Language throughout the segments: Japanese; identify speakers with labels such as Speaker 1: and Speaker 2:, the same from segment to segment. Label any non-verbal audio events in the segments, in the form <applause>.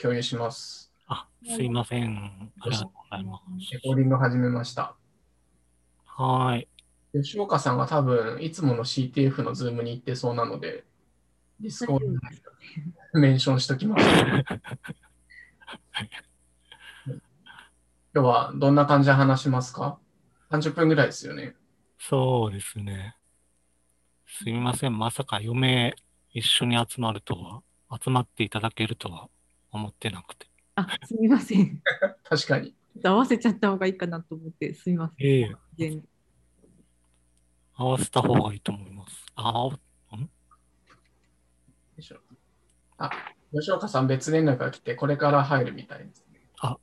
Speaker 1: 共有します。
Speaker 2: あ、すいません。ありがとうございます。
Speaker 1: レコーディング始めました。
Speaker 2: はーい。
Speaker 1: 吉岡さんが多分、いつもの CTF のズームに行ってそうなので、ディスコードにメンションしときます。今日はどんな感じで話しますか ?30 分ぐらいですよね。
Speaker 2: そうですね。すみません。まさか余命一緒に集まるとは、集まっていただけるとは思ってなくて。
Speaker 3: あ、すみません。ち
Speaker 1: 確かに。
Speaker 3: ょっと合わせちゃった方がいいかなと思って、すみません。
Speaker 2: ええ
Speaker 3: 全
Speaker 2: 合わせた方がいいと思います。あ、
Speaker 1: よいしょあ、吉岡さん別連絡が来て、これから入るみたいですね。
Speaker 2: オ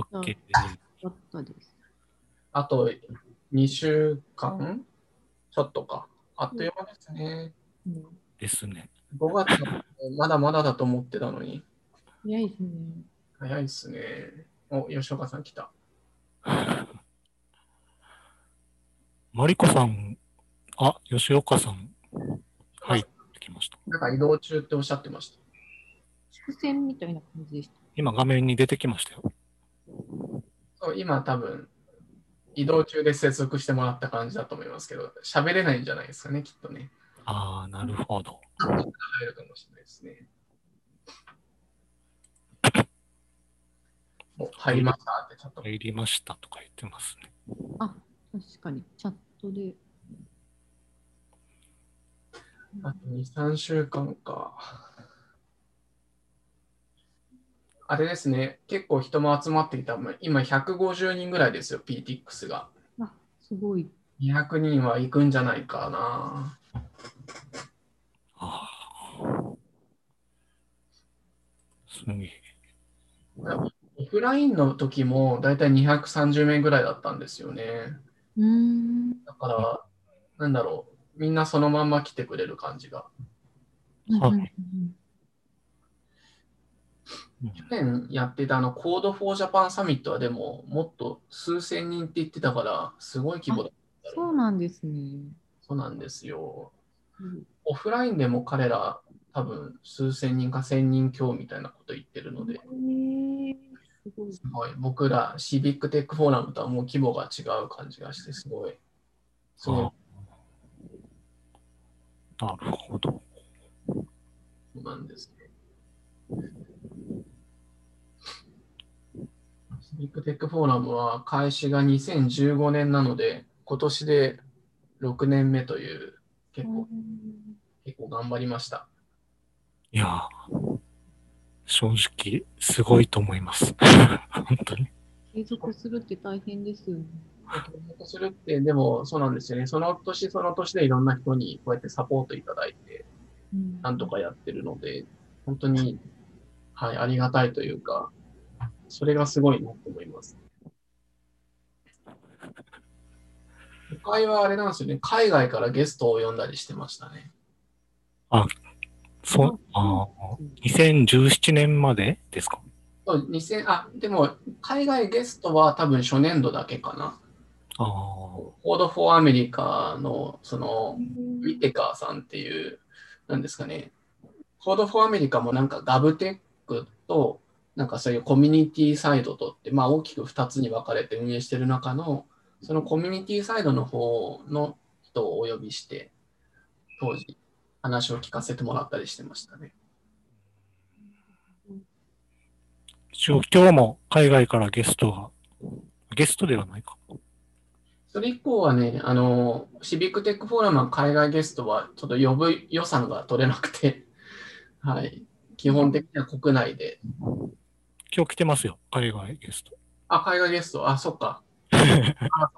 Speaker 2: ッケー。
Speaker 3: ちょっとです。
Speaker 1: あと2週間ちょっとか。あっという間ですね。
Speaker 3: うん、
Speaker 2: ですね。
Speaker 1: 5月のまだまだだと思ってたのに。
Speaker 3: 早いですね。
Speaker 1: 早いですね。お、吉岡さん来た。
Speaker 2: マリコさん、あ、吉岡さん、入ってきました。
Speaker 1: なんか移動中っておっしゃってました。
Speaker 3: 伏線みたいな感じでした。
Speaker 2: 今画面に出てきましたよ。
Speaker 1: そう今多分移動中で接続してもらった感じだと思いますけど、喋れないんじゃないですかね、きっとね。
Speaker 2: ああ、なるほど。
Speaker 1: 入るかもしれないですね。お、入りましたってちょっと。
Speaker 2: 入りましたとか言ってますね。
Speaker 3: あ、確かに、チャットで。
Speaker 1: あと2、3週間か。あれですね、結構人も集まってきた。今150人ぐらいですよ、PTX が。
Speaker 3: あ、すごい。
Speaker 1: 200人は行くんじゃないかな。
Speaker 2: ああ。すげえ。
Speaker 1: オフラインの時もだいたい230名ぐらいだったんですよね。
Speaker 3: うーん。
Speaker 1: だから、なんだろう、みんなそのまんま来てくれる感じが。
Speaker 2: はい
Speaker 3: はい
Speaker 1: 去年やってたあの Code for Japan サミットはでも、もっと数千人って言ってたから、すごい規模だったよ
Speaker 3: そうなんですね。
Speaker 1: そうなんですよ。オフラインでも彼ら、多分数千人か千人強みたいなこと言ってるので、
Speaker 3: えすごい。
Speaker 1: すごい僕らシビックテックフォーラムとはもう規模が違う感じがして、すごい。そう
Speaker 2: ああなるほど。
Speaker 1: そうなんですね。スビックテックフォーラムは開始が2015年なので、今年で6年目という、結構、結構頑張りました。
Speaker 2: いやー、正直、すごいと思います。本当に。
Speaker 3: 継続するって大変ですよね。
Speaker 1: 継続するって、でもそうなんですよね。その年その年でいろんな人にこうやってサポートいただいて、
Speaker 3: うん
Speaker 1: なんとかやってるので、本当に、はい、ありがたいというか、それがすごいなと思います。都会はあれなんですよね、海外からゲストを呼んだりしてましたね。
Speaker 2: そう、ああ、2017年までですか
Speaker 1: そう2000あでも、海外ゲストは多分初年度だけかな。
Speaker 2: ああ、
Speaker 1: コード・フォー・アメリカの、その、ウ
Speaker 3: う
Speaker 1: ィテカーさんっていう、なんですかね、コードフォーアメリカもなんかガブテックと、なんかそういうコミュニティサイドとって、まあ大きく2つに分かれて運営してる中の、そのコミュニティサイドの方の人をお呼びして、当時話を聞かせてもらったりしてましたね。
Speaker 2: 一応今日も海外からゲストが、ゲストではないか。
Speaker 1: それ以降はね、あの、シビックテックフォーラムは海外ゲストはちょっと呼ぶ予算が取れなくて、はい、基本的には国内で
Speaker 2: 今日来てますよ、海外ゲスト。
Speaker 1: あ、海外ゲスト。あ、そっか。 <laughs> あ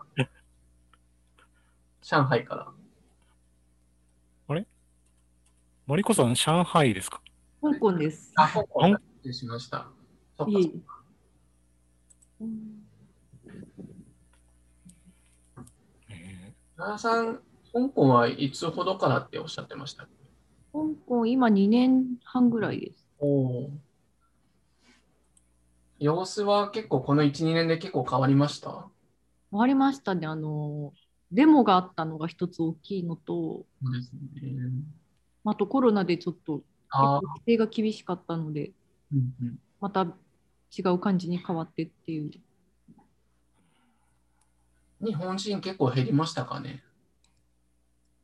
Speaker 1: 上海から。
Speaker 2: 森子さん、上海ですか
Speaker 3: ん香港です。
Speaker 1: あ、香港から失礼しました。そっか
Speaker 3: いえいえうん
Speaker 2: え
Speaker 1: 奈良さん、香港はいつほどからっておっしゃってましたっけ
Speaker 3: 香港、今2年半ぐらいです。
Speaker 1: おお。様子は結構この1、2年で結構変わりました
Speaker 3: 終わりましたね。あの、デモがあったのが一つ大きいのと、
Speaker 1: そうですね。
Speaker 3: あとコロナでちょっと、
Speaker 1: あー
Speaker 3: 規制が厳しかったので、
Speaker 1: うんうん。
Speaker 3: また違う感じに変わってっていう。
Speaker 1: 日本人結構減りましたかね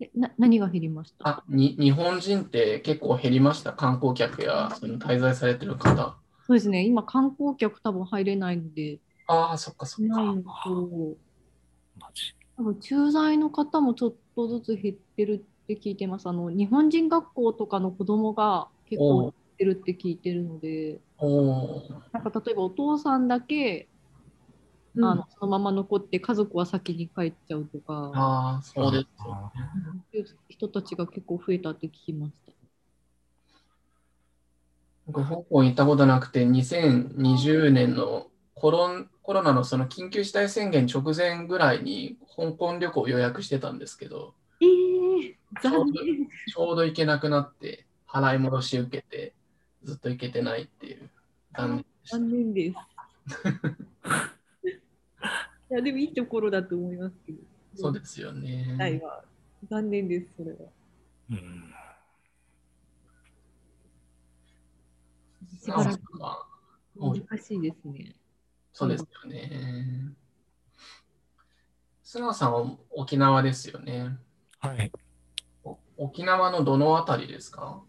Speaker 3: えな何が減りました
Speaker 1: あに日本人って結構減りました観光客やその滞在されてる方
Speaker 3: そうですね、今観光客多分入れないので、
Speaker 1: ああそっかそっか
Speaker 3: ないのと、
Speaker 2: マジ。
Speaker 3: 多分駐在の方もちょっとずつ減ってるって聞いてます。あの日本人学校とかの子供が結構減ってるって聞いてるので、
Speaker 1: おおー、
Speaker 3: なんか例えばお父さんだけ、
Speaker 1: うん
Speaker 3: あのそのまま残って家族は先に帰っちゃうとか、
Speaker 1: ああそうですよ
Speaker 2: あ
Speaker 3: そういう人たちが結構増えたって聞きました。
Speaker 1: 僕香港行ったことなくて2020年のコロンコロナのその緊急事態宣言直前ぐらいに香港旅行を予約してたんですけど
Speaker 3: えー、残念。
Speaker 1: ちょうど行けなくなって払い戻し受けてずっと行けてないっていう残念でした
Speaker 3: 残念
Speaker 1: <laughs>
Speaker 3: です。いや、でもいいところだと思いますけど。
Speaker 1: そうですよね、
Speaker 3: ないわ。残念です、それは。
Speaker 2: うん。
Speaker 3: しば
Speaker 1: なお
Speaker 3: ら
Speaker 1: さ
Speaker 3: く
Speaker 1: んは
Speaker 3: 難しいですね。
Speaker 1: そうですよね。須野さんは沖縄ですよね。
Speaker 2: はい。
Speaker 1: お沖縄のどのあたりですか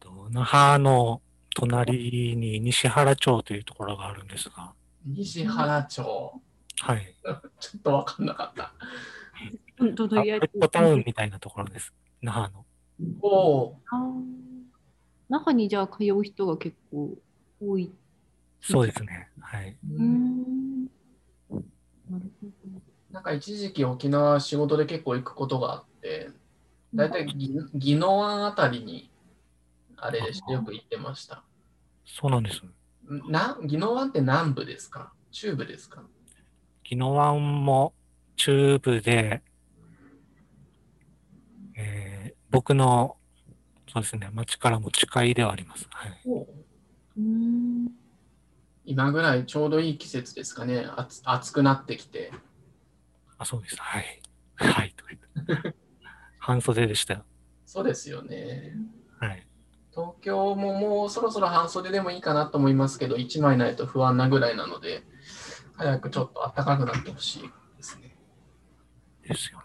Speaker 2: と那覇の隣に西原町というところがあるんですが、
Speaker 1: 西原町。
Speaker 2: はい。
Speaker 1: ちょっとわかんなかった。
Speaker 3: うんと、
Speaker 2: ア
Speaker 3: とりあ
Speaker 2: ッ
Speaker 3: え
Speaker 2: プ
Speaker 3: ず
Speaker 2: ルトタウンみたいなところです。那覇の。
Speaker 1: おお
Speaker 3: あー那覇にじゃあ通う人が結構多い。
Speaker 2: そうですね。はい。
Speaker 1: ー、
Speaker 3: うーん。なるほ
Speaker 1: なんか一時期沖縄仕事で結構行くことがあって、だいたいぎ宜野湾あたりにあれでしてよく行ってました。
Speaker 2: そうなんです。
Speaker 1: な宜野湾って南部ですか中部ですか
Speaker 2: 宜野湾も中部で、えー僕の、そうですね、町からも近いではあります。はい。
Speaker 3: ど。うーん。
Speaker 1: 今ぐらいちょうどいい季節ですかね。暑暑くなってきて。
Speaker 2: あ、そうです。はい。はい。とか言
Speaker 3: <laughs>
Speaker 2: って半袖でしたよ。
Speaker 1: そうですよね。
Speaker 2: はい。
Speaker 1: 東京ももうそろそろ半袖でもいいかなと思いますけど、1枚ないと不安なぐらいなので、早くちょっと暖かくなってほしいですね。
Speaker 2: ですよね。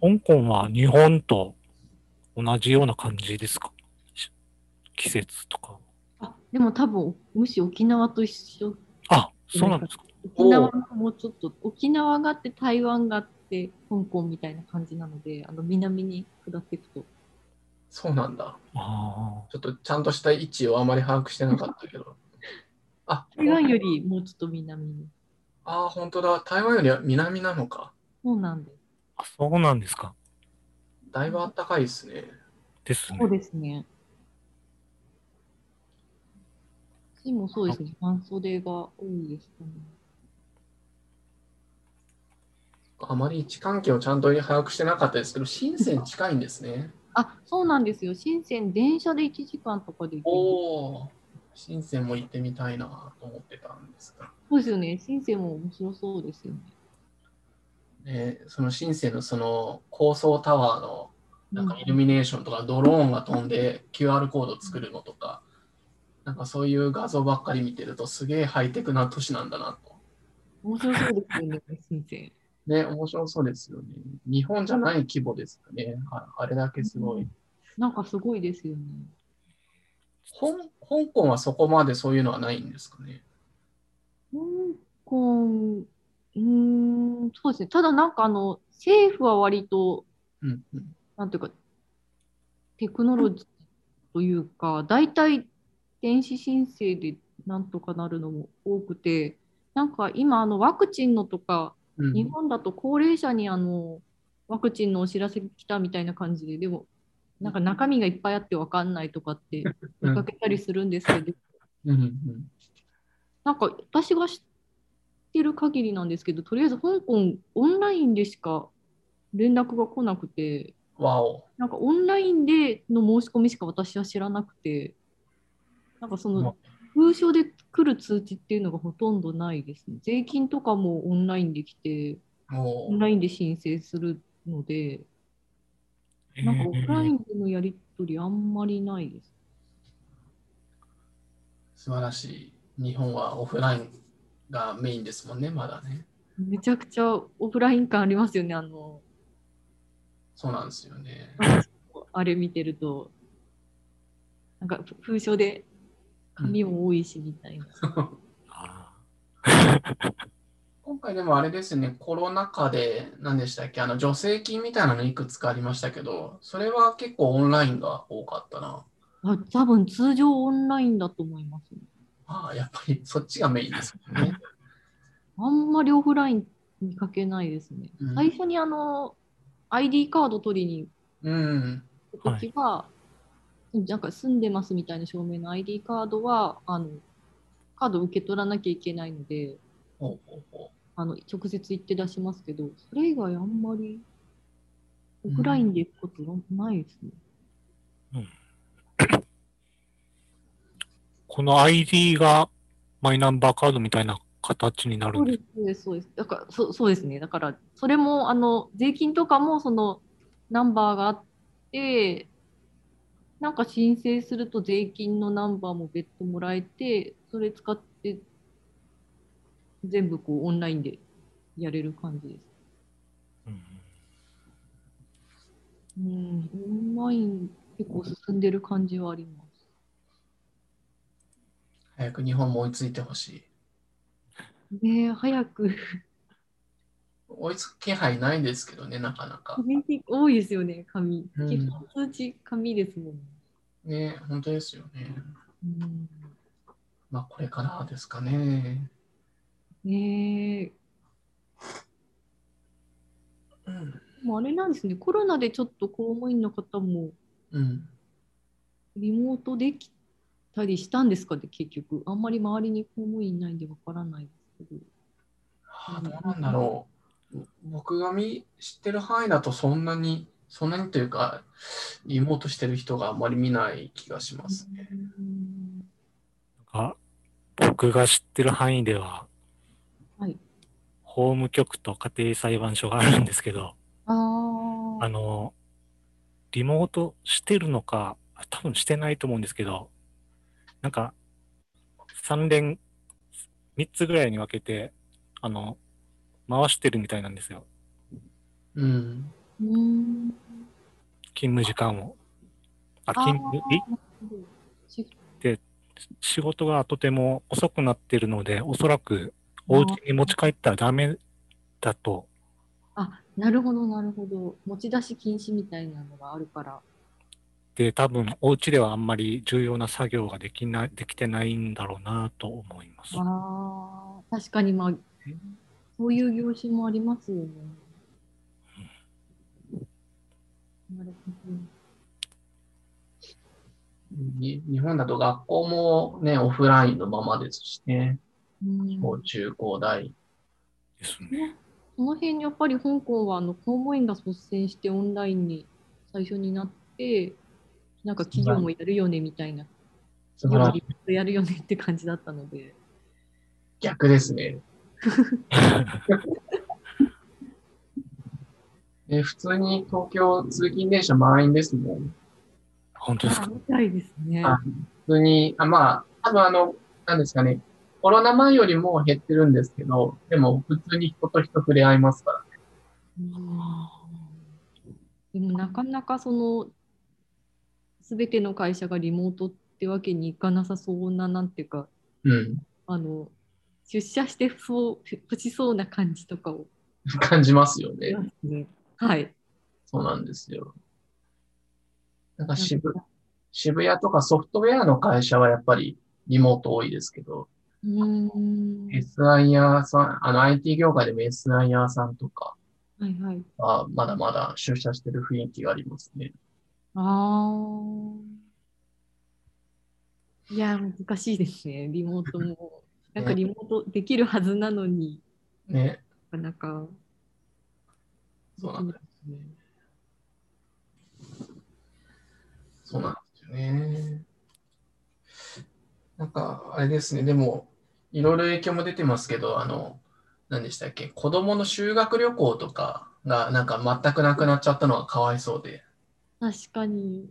Speaker 2: 香港は日本と同じような感じですかし季節とか。
Speaker 3: あ、でも多分、むしろ沖縄と一緒。
Speaker 2: あ、そうなんですか。
Speaker 3: 沖縄ももうちょっと、沖縄があって、台湾があって、香港みたいな感じなので、あの南に下っていくと。
Speaker 1: そうなんだ。
Speaker 2: あ
Speaker 1: ちょっとちゃんとした位置をあまり把握してなかったけど。あ、
Speaker 3: 台湾よりもうちょっと南に。
Speaker 1: <laughs> あー、本当だ。台湾よりは南なのか。
Speaker 3: そうなんです。
Speaker 2: あ、そうなんですか。
Speaker 1: だいぶ暖かいですね。
Speaker 2: ですね
Speaker 3: そう。ですね。こっちもそうですね。半袖が多いですかね。
Speaker 1: あまり位置関係をちゃんと把握してなかったですけど、深セン近いんですね。
Speaker 3: あ、そうなんですよ。深セン、電車で1時間とかで行ける。
Speaker 1: <laughs> おお、深センも行ってみたいなと思ってたんですが。
Speaker 3: そうですよね。深センも面白そうですよね。
Speaker 1: ね、その深センのその高層タワーのなんか
Speaker 3: うん
Speaker 1: イルミネーションとかドローンが飛んで QR コード作るのとか、なんかそういう画像ばっかり見てるとすげえハイテクな都市なんだなと。
Speaker 3: 面白そうですよね、深セン。
Speaker 1: ね、面白そうですよね。日本じゃない規模ですよね。ああれだけすごい。
Speaker 3: なんかすごいですよね。
Speaker 1: ほん香港はそこまでそういうのはないんですかね。
Speaker 3: 香港、うーん、そうですね。ただなんかあの、政府は割と、
Speaker 1: うんうん、
Speaker 3: なんていうか、テクノロジーというか、大体電子申請でなんとかなるのも多くて、なんか今、あのワクチンのとか、
Speaker 1: うん
Speaker 3: 日本だと高齢者にあのワクチンのお知らせ来たみたいな感じで、でも、なんか中身がいっぱいあって分かんないとかって
Speaker 1: う
Speaker 3: 見
Speaker 1: ん
Speaker 3: かけたりするんですけど、
Speaker 1: うんうん
Speaker 3: なんか私が知ってる限りなんですけど、とりあえず香港、オンラインでしか連絡が来なくて。
Speaker 1: わお。
Speaker 3: なんかオンラインでの申し込みしか私は知らなくて、なんかその封書で来る通知っていうのがほとんどないですね。税金とかもオンラインで来て、
Speaker 1: も
Speaker 3: オンラインで申請するので、なんかオフラインでのやり取りあんまりないです。
Speaker 1: 素晴らしい。日本はオフラインがメインですもんね、まだね。
Speaker 3: めちゃくちゃオフライン感ありますよね、あの、
Speaker 1: そうなんですよね。
Speaker 3: あれ見てると。なんか封書で紙も多いしみたいな。
Speaker 2: あ
Speaker 1: 今回でもあれですね、コロナ禍で何でしたっけ、あの助成金みたいなのいくつかありましたけど、それは結構オンラインが多かったな。
Speaker 3: あ多分通常オンラインだと思います、ね。
Speaker 1: まあ、やっぱりそっちがメインですもん
Speaker 3: <laughs>
Speaker 1: ね。
Speaker 3: あんまりオフライン見かけないですね。
Speaker 1: うん
Speaker 3: 最初にあの ID カード取りに
Speaker 1: うん。
Speaker 3: 行く時は、なんか住んでますみたいな証明の ID カードはあのカード受け取らなきゃいけないので
Speaker 1: ほうほうほ
Speaker 3: あの直接行って出しますけどそれ以外あんまり
Speaker 1: う
Speaker 3: オ
Speaker 1: ん
Speaker 3: フラインで行くことないですね。
Speaker 2: この ID がマイナンバーカードみたいな形になる
Speaker 3: そ
Speaker 2: ん
Speaker 3: う
Speaker 2: で。
Speaker 3: ですすそうですそうですだからそそうですねだからそれもあの税金とかもそのナンバーがあってなんか申請すると税金のナンバーも別途もらえてそれ使って全部こうオンラインでやれる感じです。
Speaker 2: うん
Speaker 3: うん、オンライン結構進んでる感じはあります。
Speaker 1: う早く日本も追いついてほしい。
Speaker 3: ねえ早く、
Speaker 1: 追いつく気配ないですけどね、なかなか。
Speaker 3: 紙多いですよね、紙。
Speaker 1: うん
Speaker 3: 基本通知紙ですもんね。
Speaker 1: ね、本当ですよね。
Speaker 3: うん
Speaker 1: まあ、これからですかね。
Speaker 3: ねえ
Speaker 1: うん。
Speaker 3: でもあれなんですね、コロナでちょっと公務員の方も
Speaker 1: うん。
Speaker 3: リモートできたりしたんですかね、結局。あんまり周りに公務員いないんでわからないですけど。
Speaker 1: あーどうなんだろう。僕が見知ってる範囲だとそんなに、そんなにというか、リモートしてる人があんまり見ない気がしますね。
Speaker 3: うん
Speaker 2: が僕が知ってる範囲では、
Speaker 3: はい
Speaker 2: 法務局と家庭裁判所があるんですけど、
Speaker 3: あ
Speaker 2: あ
Speaker 3: あ、
Speaker 2: の、リモートしてるのか、多分してないと思うんですけど、なんか、3連、3つぐらいに分けて、あの、回してるみたいなんですよ。
Speaker 1: うん。
Speaker 3: うん。
Speaker 2: 勤務時間を。あ、
Speaker 3: あー
Speaker 2: 勤務、い
Speaker 3: シフト
Speaker 2: 仕事がとても遅くなってるので、おそらくお家に持ち帰ったらダメだと、
Speaker 3: あ、なるほど、なるほど。持ち出し禁止みたいなのがあるから。
Speaker 2: で、多分お家ではあんまり重要な作業ができない、できてないんだろうなと思います。
Speaker 3: ああ、確かにまあ、そういう業種もありますよね。なるほど。
Speaker 1: に日本だと学校もね、オフラインのままですしね。
Speaker 3: うん
Speaker 1: もう中高大。
Speaker 2: ですね。
Speaker 3: その辺やっぱり香港はあの公務員が率先してオンラインに最初になって、なんか企業もやるよねみたいな、
Speaker 1: 素晴
Speaker 3: 企業
Speaker 1: ら
Speaker 3: も
Speaker 1: しい
Speaker 3: リモートやるよねって感じだったので、
Speaker 1: 逆ですね。え普通に東京通勤電車満員ですもん。
Speaker 2: 本当ですか
Speaker 3: みたいですね。
Speaker 1: あ普通に、あまあ、多分あの、なんですかね、コロナ前よりも減ってるんですけど、でも普通に人と人触れ合いますから。
Speaker 3: でもなかなかその全ての会社がリモートってわけにいかなさそうななんていうか
Speaker 1: うん。
Speaker 3: あの出社して不そう不しそうな感じとかを、
Speaker 1: 感じますよね。
Speaker 3: はい
Speaker 1: そうなんですよ。なんか渋渋谷とかソフトウェアの会社はやっぱりリモート多いですけど、
Speaker 3: うーん
Speaker 1: SIR さん、あの IT 業界でも SIR さんとか
Speaker 3: はいはい
Speaker 1: はまだまだ出社してる雰囲気がありますね。
Speaker 3: あーいや難しいですねリモートもなんかリモートできるはずなのに
Speaker 1: ね。
Speaker 3: なかなか
Speaker 1: そうなんですね。そうなんですよね。なんか、あれですね、でも、いろいろ影響も出てますけど、あの、何でしたっけ、子供の修学旅行とかが、なんか全くなくなっちゃったのがかわいそうで、
Speaker 3: 確かに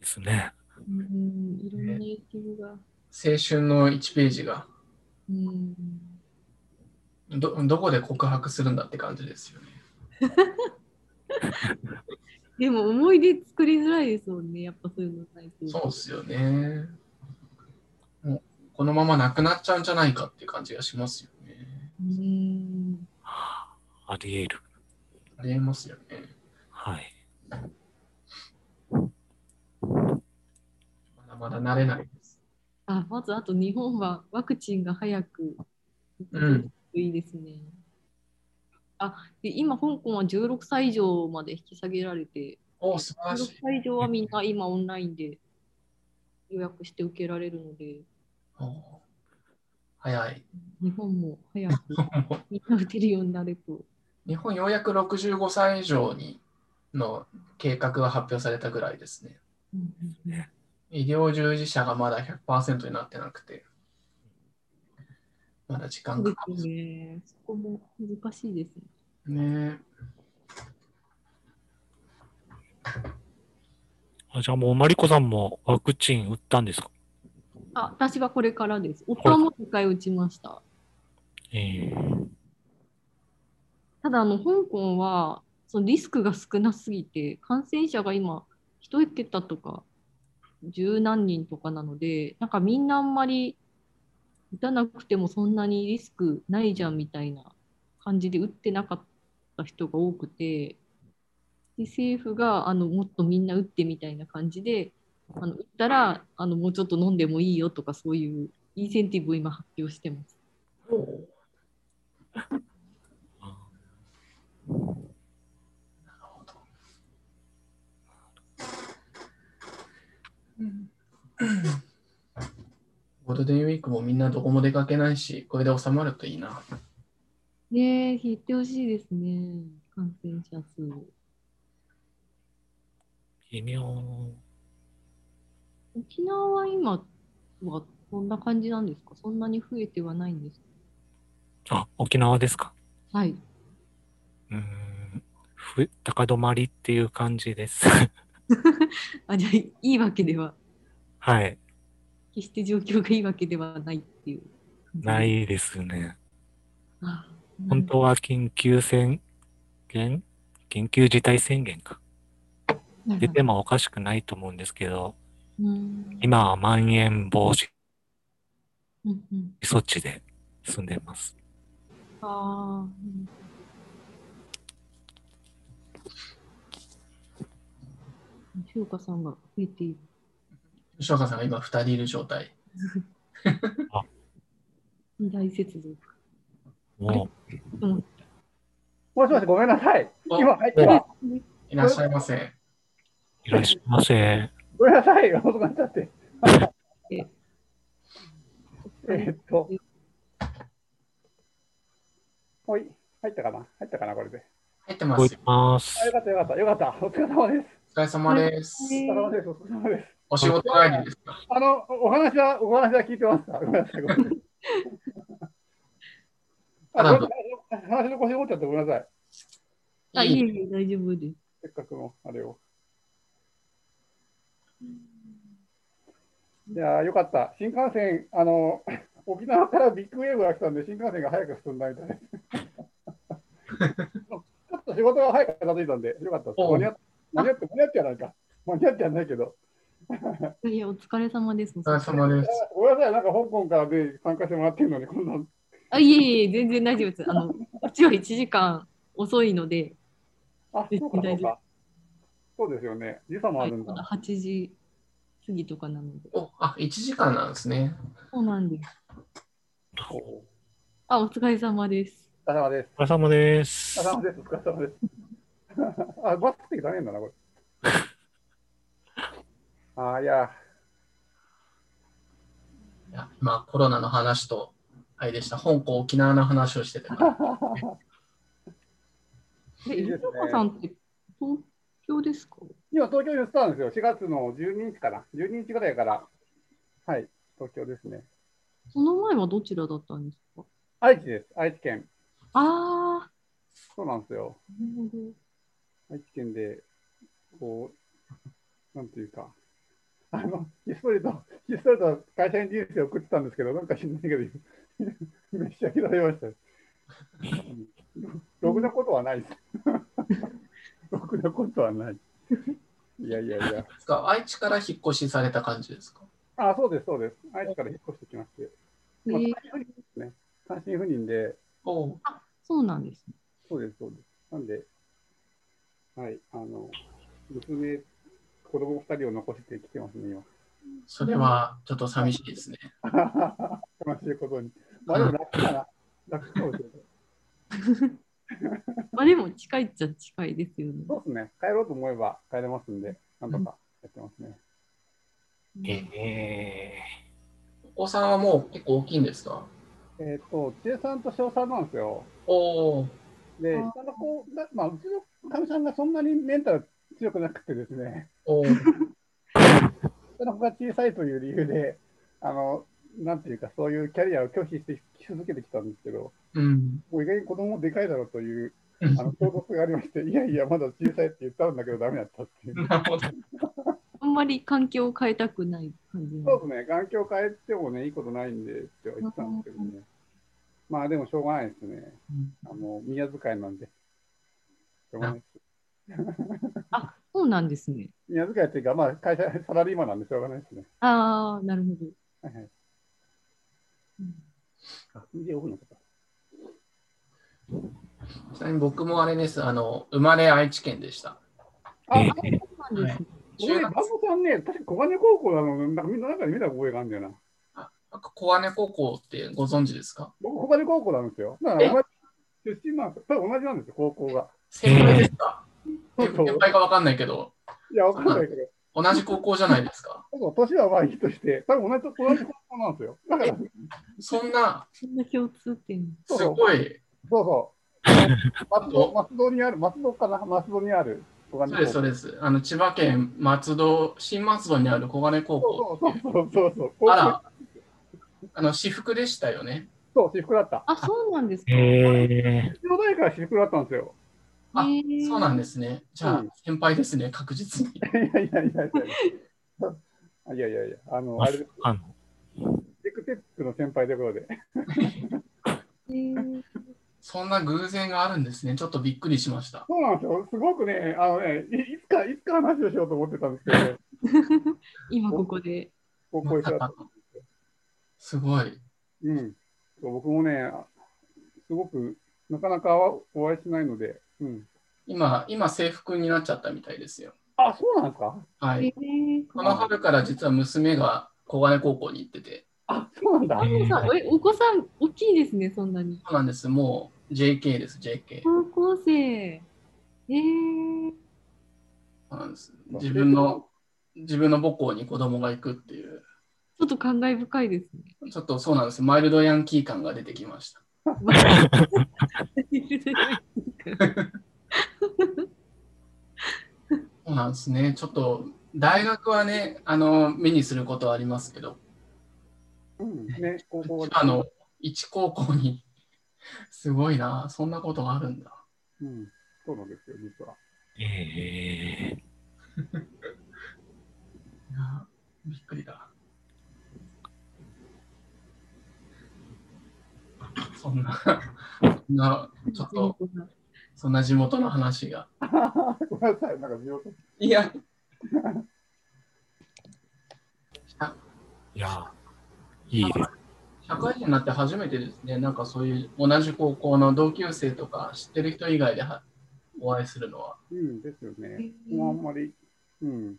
Speaker 2: ですね。
Speaker 3: うんいろんな影響が。
Speaker 1: 青春の1ページが
Speaker 3: うん
Speaker 1: どどこで告白するんだって感じですよね。
Speaker 3: でも思い出作りづらいですもんね、やっぱそういうのないと。
Speaker 1: そうっすよね。もうこのままなくなっちゃうんじゃないかっていう感じがしますよね。
Speaker 3: うん
Speaker 2: あり得る。
Speaker 1: ありえますよね。
Speaker 2: はい。
Speaker 1: まだまだ慣れないです。
Speaker 3: あまずあと日本はワクチンが早く
Speaker 1: うん
Speaker 3: いいですね。あで今、香港は16歳以上まで引き下げられて、
Speaker 1: お素晴ら
Speaker 3: 16
Speaker 1: しい。
Speaker 3: 歳以上はみんな今オンラインで予約して受けられるので、
Speaker 1: お早い。
Speaker 3: 日本も早くみんな打てるようになると。
Speaker 1: 日本ようやく65歳以上にの計画が発表されたぐらいですね。
Speaker 3: うんうんうん
Speaker 1: 医療従事者がまだ100%になってなくて、まだ時
Speaker 3: そ
Speaker 1: 間
Speaker 3: うで
Speaker 1: かかる
Speaker 3: すね。そこも難しいですね。
Speaker 1: ね。
Speaker 2: あじゃあもう、マリコさんもワクチン打ったんですか
Speaker 3: あ、私はこれからです。夫はもう一回打ちました。
Speaker 2: ええ
Speaker 3: ただあの香港はそのリスクが少なすぎて感染者が今1桁とか十何人とかなのでなんかみんなあんまり打たなくてもそんなにリスクないじゃんみたいな感じで打ってなかった人が多くてで政府があのもっとみんな打ってみたいな感じであの打ったらあのもうちょっと飲んでもいいよとかそういうインセンティブを今発表してます。
Speaker 1: おう
Speaker 2: あ
Speaker 1: なるほど。うんゴールデンウィークもみんなどこも出かけないし、これで収まるといいな。
Speaker 3: ねえ、減ってほしいですね、感染者数。
Speaker 2: 微妙。
Speaker 3: 沖縄は今はどんな感じなんですかそんなに増えてはないんです
Speaker 2: あ、沖縄ですか
Speaker 3: かはい。
Speaker 2: うーん。ふ高止まりっていう感じです。 <laughs>
Speaker 3: あ、じゃあ、いいわけでは、
Speaker 2: はい。
Speaker 3: 決して状況がいいわけではないっていう。
Speaker 2: な。いですね。
Speaker 3: あ
Speaker 2: 本当は緊急宣言緊急事態宣言か。
Speaker 3: な
Speaker 2: 出
Speaker 3: るほど
Speaker 2: てもおかしくないと思うんですけど、
Speaker 3: うん
Speaker 2: 今はまん延防止
Speaker 3: うんうん
Speaker 2: 措置で進んでます。
Speaker 3: ああ。しゅうかさんが増えている。
Speaker 1: 吉岡さんが今2人いる状態。
Speaker 3: 二大接続。
Speaker 2: も
Speaker 4: もしもし、ごめんなさい。
Speaker 1: あ
Speaker 4: 今入ってます。
Speaker 1: いらっしゃいませ。
Speaker 2: ういらっしゃいませ。
Speaker 4: ごめんなさい。遅くなっちゃって。
Speaker 3: え
Speaker 4: えーっと。はい。入ったかな入ったかなこれで。
Speaker 1: 入ってま
Speaker 2: 聞こえ
Speaker 1: す
Speaker 2: て
Speaker 1: よ。
Speaker 2: ます
Speaker 4: あ、。よかった、よかった。よかった。お疲れ様です。
Speaker 1: お疲れ様です。
Speaker 4: お疲れ様です。お疲れ様です。
Speaker 1: お仕事帰りですか。
Speaker 4: あの、お話は、お話は聞いてました。ごめんなさい。ごめんなさい。
Speaker 1: あ
Speaker 4: あ
Speaker 1: なんか
Speaker 4: 話の腰持っちゃってごめんなさい。
Speaker 3: あ、い
Speaker 1: い
Speaker 3: え
Speaker 1: い
Speaker 3: いえ、大丈夫です。
Speaker 4: せっかくのあれを。いやーよかった。新幹線、あの、 <laughs> 沖縄からビッグウェーブが来たんで、新幹線が早く進んだみたいです。ちょっと仕事が早く片付いたんで、よかったです。
Speaker 1: おう
Speaker 4: 間に合っ間に合って、間に合ってやないか。間に合ってやないけど。
Speaker 3: いやいや、お疲れ様です。お
Speaker 1: お疲れ様です。
Speaker 4: ごめんなさい、なんか香港からで参加してもらってるのに、こんな。
Speaker 3: あ、いえいえ、全然大丈夫です。あの、 <laughs> こっちは1時間遅いので、
Speaker 4: あ、そうか、そ
Speaker 3: 大
Speaker 4: う
Speaker 3: 丈夫
Speaker 4: か。そうですよね。時差もあ
Speaker 3: はい
Speaker 4: るんだ。
Speaker 3: 8時過ぎとかなので。
Speaker 1: おあ、1時間なんですね。
Speaker 3: そうなんです。
Speaker 2: お疲
Speaker 3: あ、お疲れ様です。
Speaker 4: お疲れ様です。
Speaker 2: れ様です
Speaker 4: お疲。れ様です。お疲れ様です。あ、バス席ダメなんだな、これ。あー、いや
Speaker 1: いや今、コロナの話と、あれでした、香港、沖縄の話をしてて、
Speaker 3: え、
Speaker 4: いい
Speaker 3: ゆ
Speaker 4: ですね
Speaker 3: うかさんって東京ですか
Speaker 4: 今、東京に移ったんですよ。4月の12日かな。12日ぐらいから。はい、東京ですね。
Speaker 3: その前はどちらだったんですか
Speaker 4: 愛知です。愛知県。
Speaker 3: あ
Speaker 4: そうなんですよ。
Speaker 3: ー、なるほど。
Speaker 4: 愛知県で、こう、なんていうか、あのひっそりと、ひっそりと会社に人生を送ってたんですけど、なんか知んないけど、召し上げられましたよ。ろくなことはないです。ろくなことはない。いやいやいや。
Speaker 1: ですか愛知から引っ越しされた感じですか
Speaker 4: あ、そうです、そうです。愛知から引っ越してきまして。まあ
Speaker 3: えー
Speaker 4: 単身赴任で、
Speaker 1: おう
Speaker 3: そうなんですね。
Speaker 4: そうです、そうです。なんで、はい、あの、娘、子供二人を残してきてますね、今。
Speaker 1: それはちょっと寂しいですね。
Speaker 4: 悲しいことに。まあでも楽だな。楽かもしれない。
Speaker 3: まあでも近いっちゃ近いですよね。
Speaker 4: そうですね。帰ろうと思えば帰れますんで、なんとかやってますね。
Speaker 2: え
Speaker 1: お子さんはもう結構大きいんですか
Speaker 4: えっ、と、中3と小3なんですよ。
Speaker 1: おお、
Speaker 4: で、
Speaker 3: あー
Speaker 4: 下の子が、まあ、うちのかみさんがそんなにメンタル強くなくてですね、 <laughs>
Speaker 1: おう、
Speaker 4: 下の子が小さいという理由で、あの、なんていうか、そういうキャリアを拒否してき続けてきたんですけど、
Speaker 1: うん。
Speaker 4: もう意外に子供もでかいだろうという、あ
Speaker 1: <laughs>
Speaker 4: の、衝突がありまして、いやいや、まだ小さいって言ったんだけど、ダメだったっていう。
Speaker 1: なるほど。
Speaker 3: あんまり環境を変えたくない感じなん
Speaker 4: そうですね、環境変えてもね、いいことないんでっては言ってたんですけどね。まあでもしょうがないですね。あの、宮遣いなんで。しょうがないです
Speaker 3: あ、そうなんですね。
Speaker 4: 宮遣いっていうか、まあ会社、サラリーマンなんでしょうがないですね。
Speaker 3: ああ、なるほど。
Speaker 4: はいはい。
Speaker 3: うん
Speaker 4: あ、で、オフの方。
Speaker 1: ちなみに僕もあれです、あの、生まれ愛知県でした。
Speaker 4: あ、
Speaker 2: え
Speaker 3: そうなんですね。
Speaker 4: 俺、
Speaker 1: 中
Speaker 4: バ
Speaker 1: 学
Speaker 4: ブさんね、確か小金高校なの、なんかみんななんかで見た覚えがあるんだよな。
Speaker 1: なんか小金高校ってご存知ですか
Speaker 4: 僕、小金高校なんですよ。だから同じ出身なんですよ。多分同じなんですよ、高校が。
Speaker 1: 先輩ですか
Speaker 4: そうそう
Speaker 1: 先輩かわかんないけど、
Speaker 4: いや、わかんないけど、
Speaker 1: 同じ高校じゃないですか。
Speaker 4: そうそう年はまあいいとして、多分同じ同じ高校なんですよ。だから、そう
Speaker 1: そんな、
Speaker 3: そんな共通点。
Speaker 1: すごい、 <laughs>
Speaker 4: そう。松戸、松戸にある、松戸かな、松戸にある小金
Speaker 1: そうです、
Speaker 4: 高
Speaker 1: そ
Speaker 4: 校
Speaker 1: う。です。あの、千葉県松戸、新松戸にある小金高校。
Speaker 4: そうそうそうそうそうそう。
Speaker 1: あら、あの、私服でしたよね。
Speaker 4: そう、私服だった。
Speaker 3: あ、そうなんで
Speaker 2: ー、
Speaker 3: すか。
Speaker 2: え
Speaker 4: 中央大から私服だったんですよ。
Speaker 1: あ
Speaker 3: へー
Speaker 1: そうなんですね。じゃあ
Speaker 4: うん、
Speaker 1: 先輩ですね、確実に。
Speaker 4: いやいやいやいや。いやいやいや、あの、
Speaker 2: ー、
Speaker 4: あ
Speaker 2: あ
Speaker 4: れです、
Speaker 2: あの、
Speaker 4: テクテックの先輩ということで。
Speaker 3: へー
Speaker 1: そんな偶然があるんですね。ちょっとびっくりしました。
Speaker 4: そうなんですよ。すごくね、あのね、いいつか、いつか話をしようと思ってたんですけど、ね、
Speaker 3: 今ここで。
Speaker 4: 高校一緒
Speaker 1: <laughs>
Speaker 4: だった。
Speaker 1: すごい。
Speaker 4: うん。そう僕もね、すごく、なかなかお会いしないので、うん。
Speaker 1: 今、今制服になっちゃったみたいですよ。
Speaker 4: あ、そうなんですか
Speaker 1: は
Speaker 3: へ
Speaker 1: い。
Speaker 3: ー
Speaker 1: この春から実は娘が小金高校に行ってて、
Speaker 4: あ、そうなんだ。
Speaker 3: あ、でもさん、え、お子さん大きいですね、そんなに。
Speaker 1: そうなんです。もう JK です、JK。
Speaker 3: 高校生。えー、
Speaker 1: そうなんです。自分の、自分の母校に子供が行くっていう、
Speaker 3: ちょっと感慨深いです
Speaker 1: <laughs>
Speaker 3: ね。
Speaker 1: ちょっとそうなんです。マイルドヤンキー感が出てきました。そうなんですね。ちょっと、大学はね、あの、目にすることはありますけど、
Speaker 4: うん。ね、高校
Speaker 1: あの、一高校に、すごいな、そんなことがあるんだ。
Speaker 4: うん。そうなんですよ、実は。
Speaker 2: えー、
Speaker 1: いやびっくりだ。そんな、そんな、ちょっと、そんな地元の話が。
Speaker 4: ごめんなさい、なんか地元。
Speaker 1: いや、
Speaker 2: いやー、いいです。
Speaker 1: 社会人になって初めてですね、なんかそういう同じ高校の同級生とか知ってる人以外ではお会いするのは。
Speaker 4: うん、ですよね。
Speaker 3: ー
Speaker 4: もうあんまり、うん。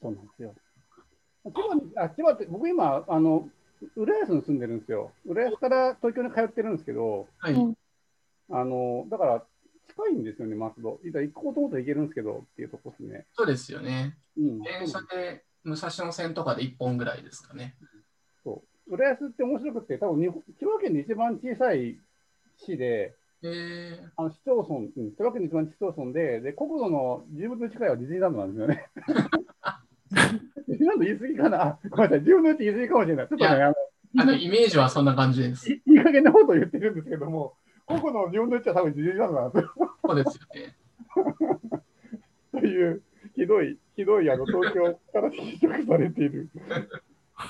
Speaker 4: そうなんですよ。千葉に、あ、千葉って、僕今、あの、浦安に住んでるんですよ。浦安から東京に通ってるんですけど、
Speaker 1: はい。
Speaker 3: うん
Speaker 4: あの、だから、近いんですよね、松戸。いざ行こうと思ったら行けるんですけど、っていうとこですね。
Speaker 1: そうですよね。
Speaker 4: うん。
Speaker 1: 電車で武蔵野線とかで1本ぐらいですかね。
Speaker 4: そう。浦安って面白くて、多分日本、千葉県で一番小さい市で、
Speaker 1: え
Speaker 4: あの市町村、うん、千葉県の一番市町村で、で、国土の10分の1くらいはディズニーランドなんですよね。 <laughs> ディズニーランド言い過ぎかなごめんなさい、10分の1言い過ぎかもしれない。ちょっとね、
Speaker 1: い
Speaker 4: あの
Speaker 1: ー、あのイメージはそんな感じです。
Speaker 4: いいい加減なことを言ってるんですけども、国土の10分の1は多分ディズニーランドなんですよ。
Speaker 1: そうですよね。
Speaker 4: という、ひどい、ひひどいあの東京から侵食されている。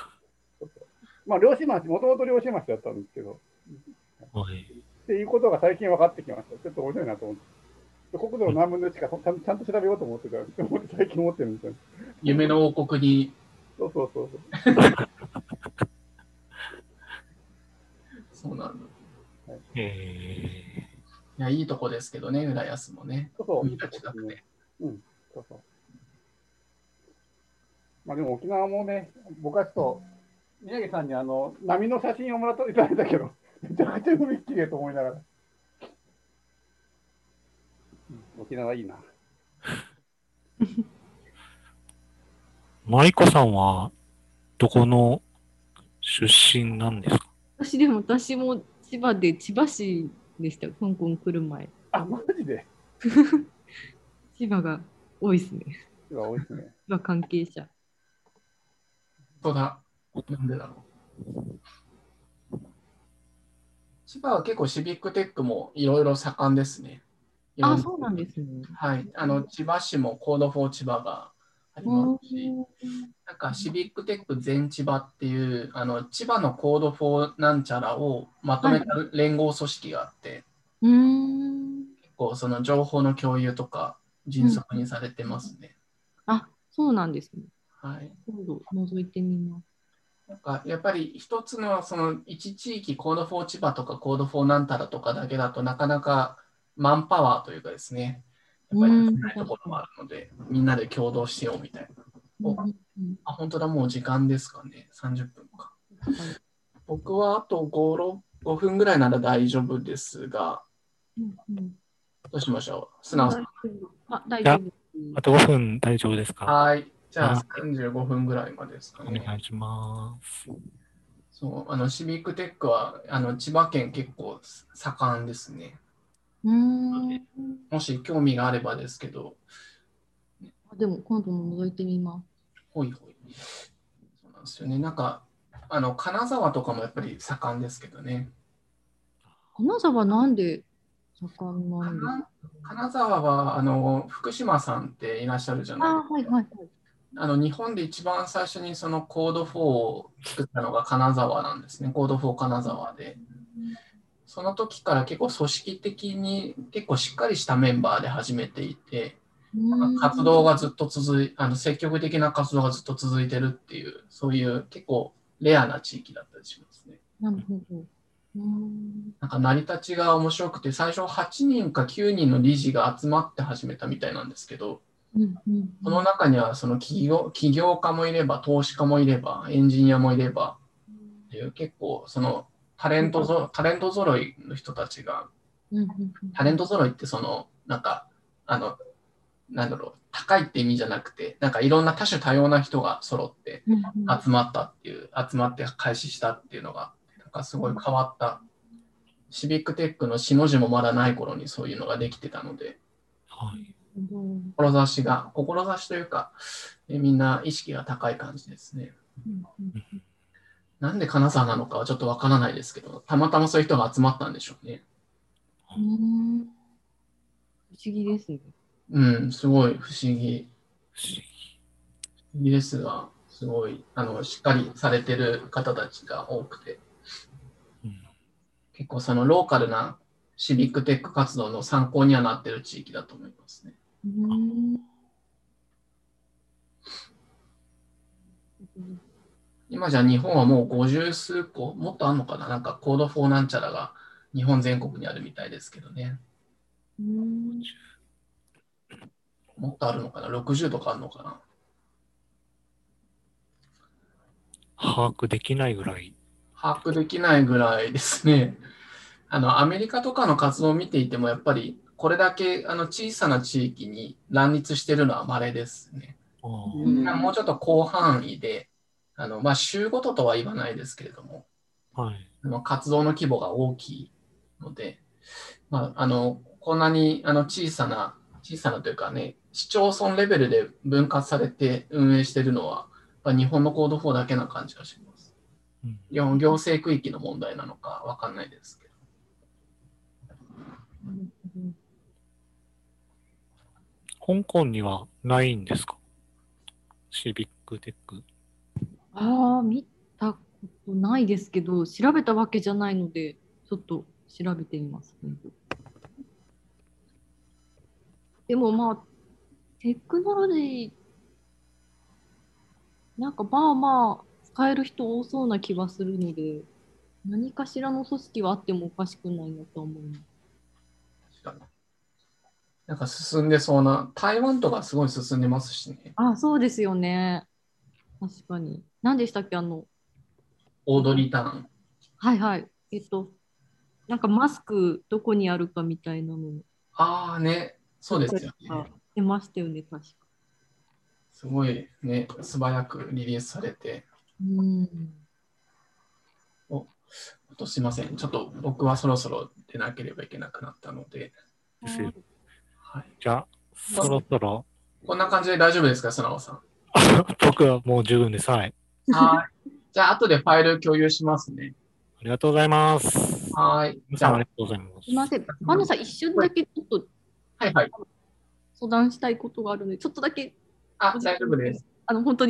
Speaker 4: <laughs> まあ、漁師町、もともと漁師町だったんですけど、
Speaker 2: はい。
Speaker 4: っていうことが最近分かってきました。ちょっと面白いなと思って。国土の何分の1かちゃんちゃんと調べようと思ってた <laughs> んですけど最近思ってるんですよ。
Speaker 1: 夢の王国に、
Speaker 4: そうそうそうそう。
Speaker 1: そうなんだ。
Speaker 2: え
Speaker 1: いや、いいとこですけどね、浦安もね。
Speaker 4: そうそう、
Speaker 1: 海が近くて。
Speaker 4: そうそう。まあでも沖縄もね、僕はちょっと、宮城さんにあの波の写真をもらっていただいたけど、めちゃくちゃ海きれいと思いながら。うん沖縄いいな。
Speaker 2: ー、マリコさんは、どこの出身なんですか
Speaker 3: 私でも私も千葉で千葉市でした香港来る前
Speaker 4: あ、マジで
Speaker 3: 千葉が多いですね
Speaker 4: うわ、多いですね。
Speaker 3: 千葉関係者
Speaker 1: そうだ。なんでだろう。千葉は結構シビックテックもいろいろ盛んですね。
Speaker 3: あそうなんですね
Speaker 1: はい。あの、千葉市もコードフォー千葉がありますし、なんかシビックテック全千葉っていう、あの、千葉のコードフォーなんちゃらをまとめた連合組織があって、
Speaker 3: うーん
Speaker 1: 結構その情報の共有とか迅速にされてますね。
Speaker 3: あそうなんですね
Speaker 1: はい。
Speaker 3: 今度覗いてみます
Speaker 1: なんかやっぱり一つのその一地域コードフォー千葉とかコードフォーなんたらとかだけだとなかなかマンパワーというかですね、やっぱり足りないところもあるので、みんなで共同しようみたいな。お
Speaker 3: うんうん
Speaker 1: あ、本当だ、もう時間ですかね。30分か。僕はあと5、6 5分ぐらいなら大丈夫ですが、
Speaker 3: うんうん
Speaker 1: どうしましょう。素直さん。
Speaker 3: あ大丈夫です
Speaker 2: あと5分大丈夫ですか
Speaker 1: はい。じゃ
Speaker 2: は
Speaker 1: あ35分ぐらいまでですか
Speaker 2: お
Speaker 1: ね。
Speaker 2: 願いします。
Speaker 1: そうあのシビックテックはあの千葉県結構盛んですね。
Speaker 3: うーん
Speaker 1: もし興味があればですけど、
Speaker 3: あでも今度も覗いてみます
Speaker 1: ほいほい。そうなんですよね。なんか、あの金沢とかもやっぱり盛んですけどね。
Speaker 3: 金沢なんで盛んなんですか
Speaker 1: 金金沢はあの福島さんっていらっしゃるじゃない
Speaker 3: あはいはいはい
Speaker 1: あの日本で一番最初にそのコード4を作ったのが金沢なんですね。コード4金沢で。その時から結構組織的に結構しっかりしたメンバーで始めていて、
Speaker 3: うーん
Speaker 1: 活動がずっと続いあの積極的な活動がずっと続いてるっていうそういう結構レアな地域だったりしますね
Speaker 3: なるほどうーん
Speaker 1: なんか成り立ちが面白くて最初8人か9人の理事が集まって始めたみたいなんですけど
Speaker 3: うんうん
Speaker 1: その中にはその企業起業家もいれば投資家もいればエンジニアもいればっていう結構そのタレントぞタレント揃いの人たちが
Speaker 3: うんうんうん
Speaker 1: タレント揃いってそのなんかあのなんだろう高いって意味じゃなくてなんかいろんな多種多様な人が揃って
Speaker 3: うんうん
Speaker 1: 集まったっていう集まって開始したっていうのがなんかすごい変わったシビックテックのしの字もまだない頃にそういうのができてたので
Speaker 2: はい。
Speaker 3: うん
Speaker 1: 志が志というかえみんな意識が高い感じですね
Speaker 3: うん
Speaker 1: なんで金沢なのかはちょっとわからないですけどたまたまそういう人が集まったんでしょうね
Speaker 3: うーん不思議ですね。
Speaker 1: うんすごい不思議
Speaker 2: 不思議
Speaker 1: イギリスがすごいあのしっかりされてる方たちが多くて
Speaker 2: うん
Speaker 1: 結構そのローカルなシビックテック活動の参考にはなってる地域だと思いますね。
Speaker 3: うーん
Speaker 1: 今じゃ日本はもう50数個もっとあんのかななんかコード4なんちゃらが日本全国にあるみたいですけどね
Speaker 3: うーん
Speaker 1: もっとあるのかな60とかあるのかな
Speaker 2: 把握できないぐらい。
Speaker 1: 把握できないぐらいですね。あのアメリカとかの活動を見ていてもやっぱりこれだけあの小さな地域に乱立してるのは稀ですね。
Speaker 2: あー
Speaker 4: うん
Speaker 1: まあもうちょっと広範囲で、あのまあ、週ごととは言わないですけれども、
Speaker 2: はい。
Speaker 1: あの活動の規模が大きいので、まあ、あのこんなにあの小さな、小さなというかね、市町村レベルで分割されて運営しているのは、まあ、日本のコード4だけな感じがします。
Speaker 2: うん
Speaker 1: 行行政区域の問題なのかわかんないですけど。
Speaker 2: 香港にはないんですかシビックテック。
Speaker 3: ああ、見たことないですけど、調べたわけじゃないので、ちょっと調べてみます、今度でもまあ、テクノロジー、なんかまあまあ、使える人多そうな気はするので、何かしらの組織はあってもおかしくないなと思います。
Speaker 1: 確かになんか進んでそうな、台湾とかすごい進んでますしね。
Speaker 3: あ、そうですよね。確かに。何でしたっけ、あの、
Speaker 1: オードリーターン。
Speaker 3: はいはい。えっと、なんかマスクどこにあるかみたいなのも
Speaker 1: ああね、そうですよね。
Speaker 3: 出ましたよね、確か。
Speaker 1: すごいね、素早くリリースされて。
Speaker 3: うん。
Speaker 1: あとすいません、ちょっと僕はそろそろ出なければいけなくなったので。
Speaker 2: ですよ
Speaker 1: はい、
Speaker 2: じゃあ、そろそろ、
Speaker 1: こんな感じで大丈夫ですか、砂尾さん。
Speaker 2: 僕はもう十分です。はい。
Speaker 1: はい。じゃあ、後でファイル共有しますね。
Speaker 2: ありがとうございます。
Speaker 1: はい。じ
Speaker 2: 皆さ
Speaker 1: ゃ
Speaker 2: んあ
Speaker 1: あ
Speaker 2: り、がとうございます
Speaker 3: すみません。バナさん、一瞬だけちょっと
Speaker 1: はいはい。
Speaker 3: 相談したいことがあるので、ちょっとだけ、
Speaker 1: あ、大丈夫です。
Speaker 3: あの、本当に